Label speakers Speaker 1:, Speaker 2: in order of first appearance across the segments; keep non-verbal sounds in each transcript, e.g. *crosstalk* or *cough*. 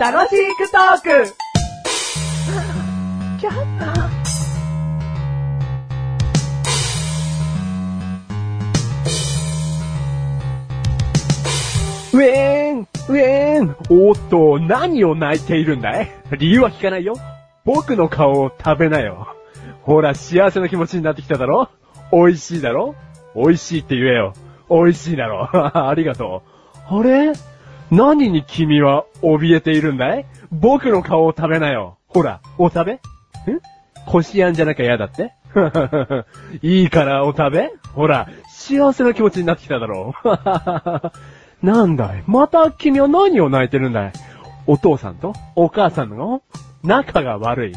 Speaker 1: 楽しくトーク
Speaker 2: ウェーンウェーンおっと、何を泣いているんだい理由は聞かないよ。僕の顔を食べなよ。ほら、幸せな気持ちになってきただろ美味しいだろ美味しいって言えよ。美味しいだろ *laughs* ありがとう。あれ何に君は怯えているんだい僕の顔を食べなよ。ほら、お食べんこしあんじゃなきゃ嫌だって *laughs* いいからお食べほら、幸せな気持ちになってきただろ *laughs* う。なんだいまた君は何を泣いてるんだいお父さんとお母さんの仲が悪い。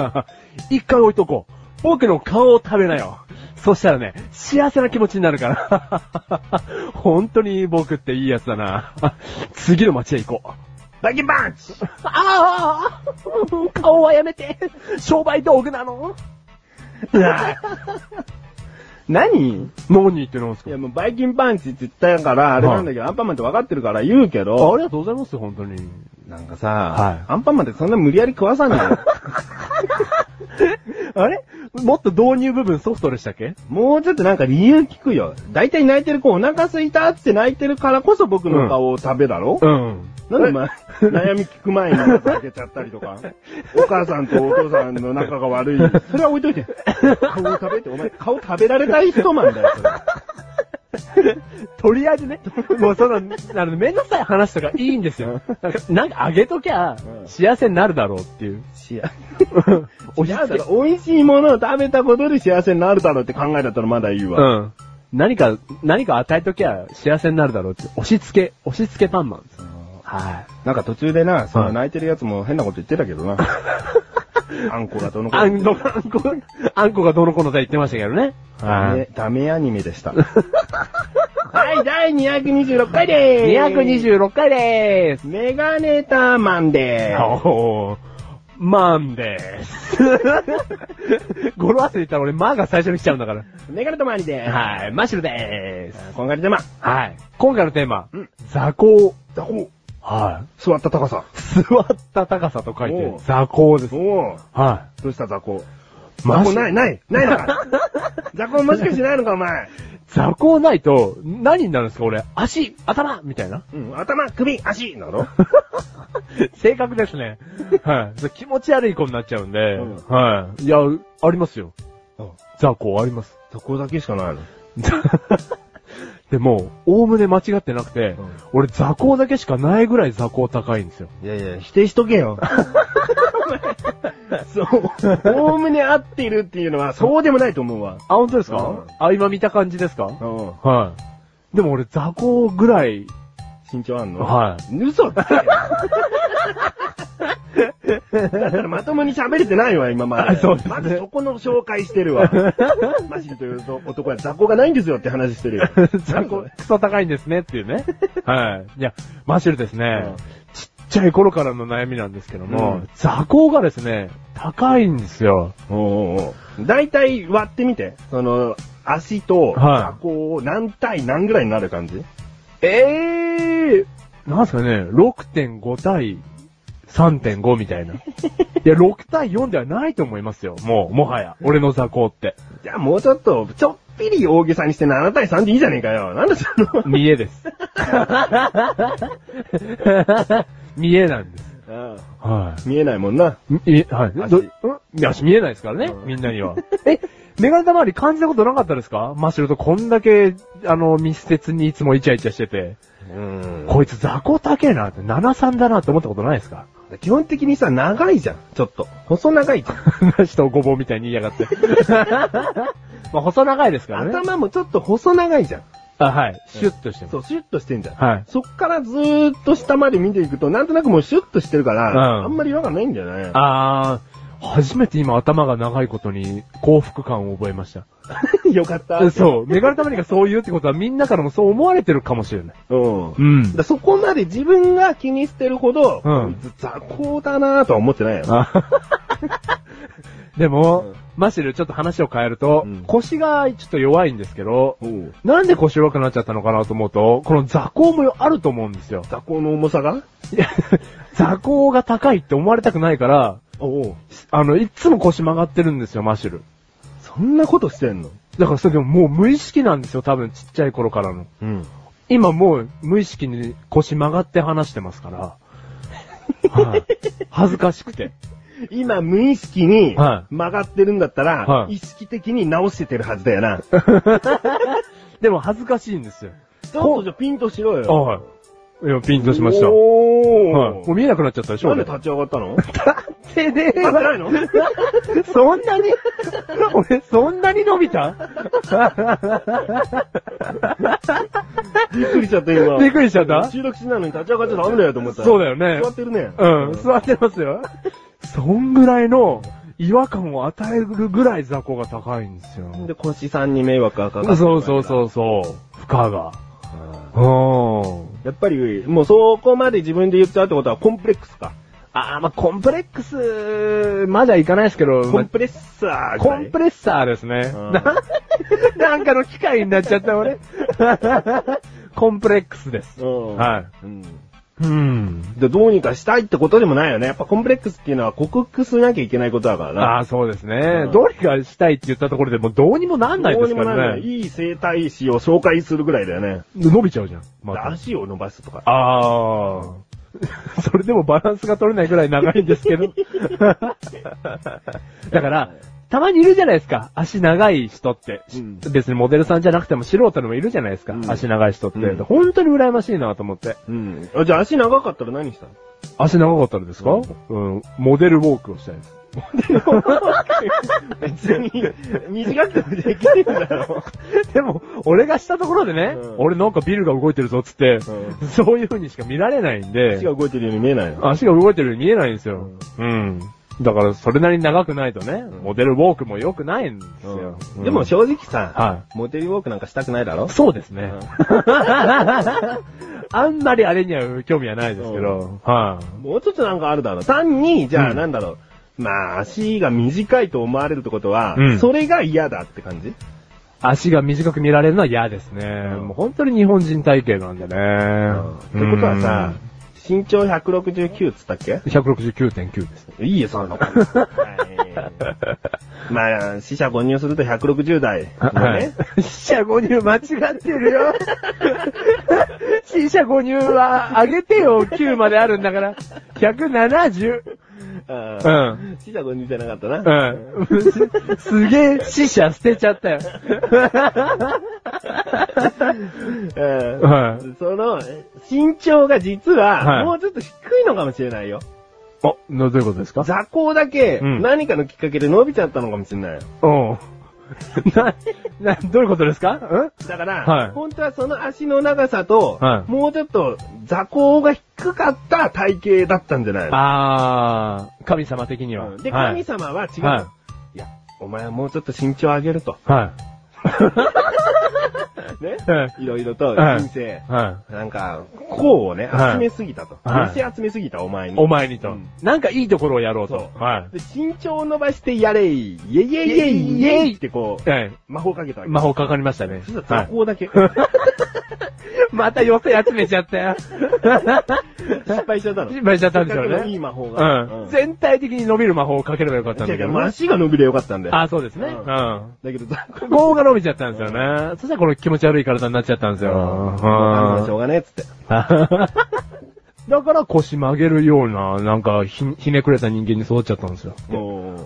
Speaker 2: *laughs* 一回置いとこう。僕の顔を食べなよ。そしたらね、幸せな気持ちになるから。 *laughs* 本当に僕っていいやつだな。次の街へ行こう。
Speaker 3: バキバンチ
Speaker 2: ああ顔はやめて商売道具なの
Speaker 3: うわ何
Speaker 2: *laughs* 何言ってるんです
Speaker 3: い
Speaker 2: か
Speaker 3: やもうバイキンパンチって言ったから、あれなんだけど、アンパンマンって分かってるから言うけど、
Speaker 2: ありがとうございます、本当に。
Speaker 3: なんかさ、
Speaker 2: はい
Speaker 3: アンパンマンってそんな無理やり食わさ *laughs* ないよ。
Speaker 2: *laughs* あれもっと導入部分ソフトでしたっけ
Speaker 3: もうちょっとなんか理由聞くよ。大体泣いてる子お腹すいたって泣いてるからこそ僕の顔を食べだろ、
Speaker 2: うん。
Speaker 3: なん *laughs* で、まあ、悩み聞く前にあげちゃったりとか、お母さんとお父さんの仲が悪い。 *laughs* それは置いといて。顔を食べて、お前顔食べられたい人なんだよ、それ。
Speaker 2: とりあえずね、もうその、あの、めんどくさい話とかいいんですよ。なんか、なんかあげときゃ
Speaker 3: う、ん
Speaker 2: 幸せになるだろうっていう。
Speaker 3: *laughs* 幸せ。いやだろ美味しいものを食べたことで幸せになるだろうって考えだったらまだいいうわ。
Speaker 2: ん。何か、何か与えときゃ幸せになるだろうって。押し付け、押し付けパンマンです。はい。
Speaker 3: なんか途中でな、そ
Speaker 2: は
Speaker 3: の
Speaker 2: い
Speaker 3: 泣いてるやつも変なこと言ってたけどな。 *laughs* あんこがどの子
Speaker 2: あんこ、あんこ、あんこがどの子のだ言ってましたけどね。
Speaker 3: ダメ、ダメアニメでした。はい、第226回でーす。
Speaker 2: 226回でーす。
Speaker 3: メガネタマンでー
Speaker 2: おー、マンでーす。 *laughs* 語呂合わせで言ったら俺、マーが最初に来ちゃうんだから。
Speaker 3: す。メガネタマンでーす。
Speaker 2: はい、マッシュルでーす。
Speaker 3: こんがり手間。
Speaker 2: はい。今回のテーマ、
Speaker 3: うん
Speaker 2: 座高。
Speaker 3: 座高。
Speaker 2: は
Speaker 3: 座った高さ。
Speaker 2: い。座った高さと書いて
Speaker 3: おう、
Speaker 2: 座高です。
Speaker 3: おー。
Speaker 2: は
Speaker 3: どうした座高。
Speaker 2: い。マ
Speaker 3: 座
Speaker 2: ジ
Speaker 3: 高ない、ない、ないのか。 *laughs* 座高もしかしてないのか、お前。
Speaker 2: 座高ないと、何になるんですか俺、足、頭みたいな。 *laughs*
Speaker 3: うん、頭、首、足だ *laughs* ろ
Speaker 2: 正確ですね。はい。そう気持ち悪い子になっちゃうんで、
Speaker 3: ん
Speaker 2: はい。いや、ありますよ。
Speaker 3: うん
Speaker 2: ザコあります。
Speaker 3: 座高だけしかないの。
Speaker 2: *laughs* でも、おおむね間違ってなくて、
Speaker 3: うん
Speaker 2: 俺ザコだけしかないぐらいザコ高いんですよ。
Speaker 3: いやいや、否定しとけ
Speaker 2: *laughs*
Speaker 3: よ。そう。おおむね合っているっていうのは、そうでもないと思うわ。
Speaker 2: あ、本当ですか、
Speaker 3: うん
Speaker 2: あ、今見た感じですか、
Speaker 3: うん。
Speaker 2: はい。でも俺ザコぐらい、
Speaker 3: 身長あんの
Speaker 2: は *laughs*
Speaker 3: 嘘だよだからまともに喋れてないわ、今まで。
Speaker 2: あそうですね
Speaker 3: まずそこの紹介してるわ。マシンというと男は雑魚がないんですよって話してるよ。
Speaker 2: い。ザコ、 *laughs* クソ高いんですねっていう *laughs* ね。はい。いや、マシュルですね、
Speaker 3: うん
Speaker 2: ちっちゃい頃からの悩みなんですけども、
Speaker 3: うん
Speaker 2: ザコがですね、高いんですよ。
Speaker 3: おうおうおう大体割ってみて。その、足と
Speaker 2: はい
Speaker 3: 雑魚を何対何ぐらいになる感じ、
Speaker 2: ええー、なんすかね、6.5対3.5み *laughs* たいな。いや、6対4ではないと思いますよ。もう、もはや。俺の座高って。
Speaker 3: じゃあもうちょっと、ちょっぴり大げさにして7対3でいいじゃねえかよ。なんでその、
Speaker 2: 見えです。見えなんです。は
Speaker 3: 見えないもんな。
Speaker 2: い。みえ、はい。
Speaker 3: 足
Speaker 2: ど、んいや、足見えないですからね
Speaker 3: う、ん
Speaker 2: みんなには。 *laughs* え、メガネたまわり感じたことなかったですかマシュルとこんだけ、あの、密接にいつもイチャイチャしてて、
Speaker 3: うん
Speaker 2: こいつ座高高えなって、73だなって思ったことないですか
Speaker 3: 基本的にさ、長いじゃん。ちょっと。細長いじゃ
Speaker 2: *laughs*
Speaker 3: ん。
Speaker 2: 人をごぼうみたいに言いやがって。 *laughs* まあ、細長いですからね。
Speaker 3: 頭もちょっと細長いじゃん。
Speaker 2: あ、はい。シュッとしてます。
Speaker 3: そう、シュッとしてんじゃん。
Speaker 2: はい。
Speaker 3: そっからずーっと下まで見ていくと、なんとなくもうシュッとしてるから、
Speaker 2: うん
Speaker 3: あんまり違和感ないんだよね。
Speaker 2: あー、初めて今頭が長いことに幸福感を覚えました。
Speaker 3: よかった。
Speaker 2: そう。メガネたまりがそう言うってことはみんなからもそう思われてるかもしれない。
Speaker 3: うん。
Speaker 2: うん
Speaker 3: だ。そこまで自分が気にしてるほど、
Speaker 2: うん
Speaker 3: こいつ雑魚だなぁとは思ってないよ。
Speaker 2: あでも、
Speaker 3: うん
Speaker 2: マシルちょっと話を変えると、
Speaker 3: うん
Speaker 2: 腰がちょっと弱いんですけど、
Speaker 3: おう。
Speaker 2: なんで腰弱くなっちゃったのかなと思うと、この座高もあると思うんです *laughs* よ。
Speaker 3: 座高の重さが
Speaker 2: いや、座高が高いって思われたくないから、
Speaker 3: おう。
Speaker 2: あの、いつも腰曲がってるんですよ、マシル。
Speaker 3: そんなことしてんの
Speaker 2: だからそれでももう無意識なんですよ、多分ちっちゃい頃からの。
Speaker 3: うん。
Speaker 2: 今もう無意識に腰曲がって話してますから。はい恥ずかしくて。
Speaker 3: 今、無意識に
Speaker 2: は
Speaker 3: 曲がってるんだったら、
Speaker 2: はい
Speaker 3: 意識的に直しててるはずだ
Speaker 2: *laughs*
Speaker 3: よな。
Speaker 2: でも恥ずかしいんですよ。
Speaker 3: ちょっとじゃあピンとしろよ。
Speaker 2: はい。いや、ピンとしました。はい。
Speaker 3: おー。
Speaker 2: もう見えなくなっちゃったでしょ
Speaker 3: なんで
Speaker 2: 俺
Speaker 3: 立ち上がったの立
Speaker 2: 立ってねえ
Speaker 3: って
Speaker 2: わ。
Speaker 3: ないの
Speaker 2: そんなに、俺そんなに伸びた
Speaker 3: びっくりしちゃった今。
Speaker 2: びっくりしちゃった
Speaker 3: 収録しないのに立ち上がっちゃダメだよと思った。
Speaker 2: そうだよね
Speaker 3: 座ってるね。
Speaker 2: うん、座ってますよ。そんぐらいの違和感を与えるぐらい雑魚が高いんですよ。
Speaker 3: で、腰さんに迷惑がかかる。
Speaker 2: そうそうそうそう。負荷が。
Speaker 3: うん。
Speaker 2: うん。
Speaker 3: やっぱり、もうそこまで自分で言っちゃうってことはコンプレックスか。
Speaker 2: あー、まあコンプレックス、まだいかないですけど、
Speaker 3: コ
Speaker 2: まあ
Speaker 3: ンプレッサーぐ
Speaker 2: コ
Speaker 3: らい
Speaker 2: ンプレッサーですね。
Speaker 3: うん
Speaker 2: な *laughs* なんかの機械になっちゃった *laughs* 俺。コンプレックスです。
Speaker 3: うん。
Speaker 2: はい。
Speaker 3: うん。
Speaker 2: うん。
Speaker 3: で、どうにかしたいってことでもないよね。やっぱコンプレックスっていうのは克服しなきゃいけないことだからな。
Speaker 2: ああ、そうですね。
Speaker 3: うん
Speaker 2: どうにかしたいって言ったところでもうどうにもなんないで
Speaker 3: どうに
Speaker 2: す
Speaker 3: も
Speaker 2: か
Speaker 3: なら
Speaker 2: ら
Speaker 3: ない。
Speaker 2: ね。
Speaker 3: いい生態師を紹介するぐらいだよね。
Speaker 2: 伸びちゃうじゃん。また。
Speaker 3: 足を伸ばすとか。
Speaker 2: ああ。 *laughs* それでもバランスが取れないぐらい長いんですけ *laughs* ど。だから、たまにいるじゃないですか。足長い人って。
Speaker 3: うん
Speaker 2: 別にモデルさんじゃなくても素人でもいるじゃないですか。
Speaker 3: うん
Speaker 2: 足長い人って、
Speaker 3: うん
Speaker 2: 本当に羨ましいなと思って。
Speaker 3: うん。あじゃあ足長かったら何したの
Speaker 2: 足長かったらですか、うん、モデルウォークをしたいです。
Speaker 3: 別に、短くてもできるんだろ。
Speaker 2: *laughs* でも、俺がしたところでね、
Speaker 3: うん
Speaker 2: 俺なんかビルが動いてるぞっつって、
Speaker 3: う
Speaker 2: そういう風にしか見られないんで。
Speaker 3: 足が動いてるように見えないの。
Speaker 2: 足が動いてるように見えないんですよ。うん。だから、それなりに長くないとね、モデルウォークも良くないんですよ。
Speaker 3: うんでも
Speaker 2: ょ、
Speaker 3: 正直さ、
Speaker 2: は
Speaker 3: モテリウォークなんかしたくないだろ
Speaker 2: そうですね。 *laughs* あんまりあれには興味はないですけど、は
Speaker 3: もうちょっとなんかあるだろう。単に、じゃ
Speaker 2: う
Speaker 3: あ
Speaker 2: ん
Speaker 3: なんだろう。まあ、足が短いと思われるってことは、
Speaker 2: うん
Speaker 3: それが嫌だって感じ
Speaker 2: い。足が短く見られるのは嫌ですね。
Speaker 3: ん
Speaker 2: もう本当に日本人体型なんでね。
Speaker 3: ってことはさ、身長169っつったっけ
Speaker 2: うん、169.9です。
Speaker 3: いいよ、そんなの。はいまあ、死者誤入すると160代、ね。
Speaker 2: はい。死者誤入間違ってるよ。 *laughs* 死者誤入は上げてよ、9まであるんだから。170。
Speaker 3: あ
Speaker 2: う
Speaker 3: ー
Speaker 2: ん。
Speaker 3: 死者誤入じゃなかったな。
Speaker 2: うん。すげえ死者捨てちゃったよ。
Speaker 3: うん
Speaker 2: は
Speaker 3: その、身長が実は、
Speaker 2: はい
Speaker 3: もうちょっと低いのかもしれないよ。
Speaker 2: あ、な、どういうことですか
Speaker 3: 座高だけ、
Speaker 2: うん
Speaker 3: 何かのきっかけで伸びちゃったのかもしれないよ。
Speaker 2: うん。な、な、どういうことですかん
Speaker 3: だから、
Speaker 2: はい
Speaker 3: 本当はその足の長さと、
Speaker 2: はい
Speaker 3: もうちょっと座高が低かった体型だったんじゃないの
Speaker 2: あー、神様的には。
Speaker 3: うんで、
Speaker 2: はい
Speaker 3: 神様は違う。、
Speaker 2: はい
Speaker 3: や、お前はもうちょっと身長上げると。
Speaker 2: は
Speaker 3: ね
Speaker 2: い。はい。
Speaker 3: いろいろと
Speaker 2: はい
Speaker 3: 人生、
Speaker 2: は
Speaker 3: なんか、こうをね、
Speaker 2: はい
Speaker 3: 集めすぎたと。
Speaker 2: はい
Speaker 3: 寄せ集めすぎた、お前
Speaker 2: い。
Speaker 3: に。
Speaker 2: お前にと
Speaker 3: うん。
Speaker 2: なんかいいところをやろうと
Speaker 3: そ。う
Speaker 2: は
Speaker 3: で身長を伸ばしてやれい、イェイイェイイェイイェイってこ
Speaker 2: い。はい。
Speaker 3: う、魔法かけたわけ。
Speaker 2: 魔法かかりましたね。
Speaker 3: そしたら
Speaker 2: は
Speaker 3: 座
Speaker 2: い
Speaker 3: 高だけ。
Speaker 2: *laughs* また寄せ集めちゃったよ。
Speaker 3: 失敗しちゃったの。
Speaker 2: 失敗しちゃったんでしょうね
Speaker 3: せっかくのいい魔法
Speaker 2: う
Speaker 3: が。
Speaker 2: ん。全体的に伸びる魔法をかければよかったんだ
Speaker 3: 違う
Speaker 2: け
Speaker 3: 違
Speaker 2: ど
Speaker 3: う、
Speaker 2: ね。
Speaker 3: 足が伸びればよかったんだよ。
Speaker 2: あ、そうですね。
Speaker 3: う
Speaker 2: うん。
Speaker 3: だけど、座高
Speaker 2: *laughs* 棒が伸びちゃったんですよね。そしたらこれ気持ち悪い体になっちゃったんですよ。
Speaker 3: あんまし
Speaker 2: うん
Speaker 3: ょうがねえっつって。
Speaker 2: だから腰曲げるような、なんかひ、ひねくれた人間に育っちゃったんですよ。
Speaker 3: お
Speaker 2: うん。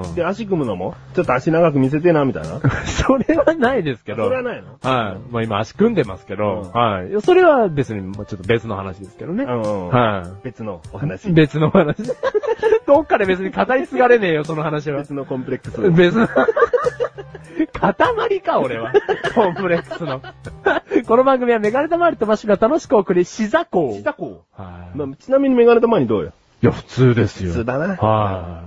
Speaker 3: ーで、足組むのもちょっと足長く見せてえな、みたいな。
Speaker 2: *laughs* それはないですけ
Speaker 3: そ
Speaker 2: ど。
Speaker 3: れはないの
Speaker 2: はい。まあ今足組んでますけど、
Speaker 3: うん
Speaker 2: はい。それは別に、まあちょっと別の話ですけどね。
Speaker 3: うん。
Speaker 2: は
Speaker 3: 別のお
Speaker 2: い。
Speaker 3: 話。
Speaker 2: 別の話。 *laughs* どっかで別に語り継がれねえよ、その話は。
Speaker 3: 別のコンプレックス。
Speaker 2: 別の、 *laughs* 塊か、俺は。 *laughs* コンプレックスの。この番組はメガネタマリとマッシュが楽しくお送り、シザコ
Speaker 3: 下こう。
Speaker 2: はい。
Speaker 3: まあちなみにメガネたまにどうよ
Speaker 2: いや、普通ですよ。
Speaker 3: 普通だな
Speaker 2: は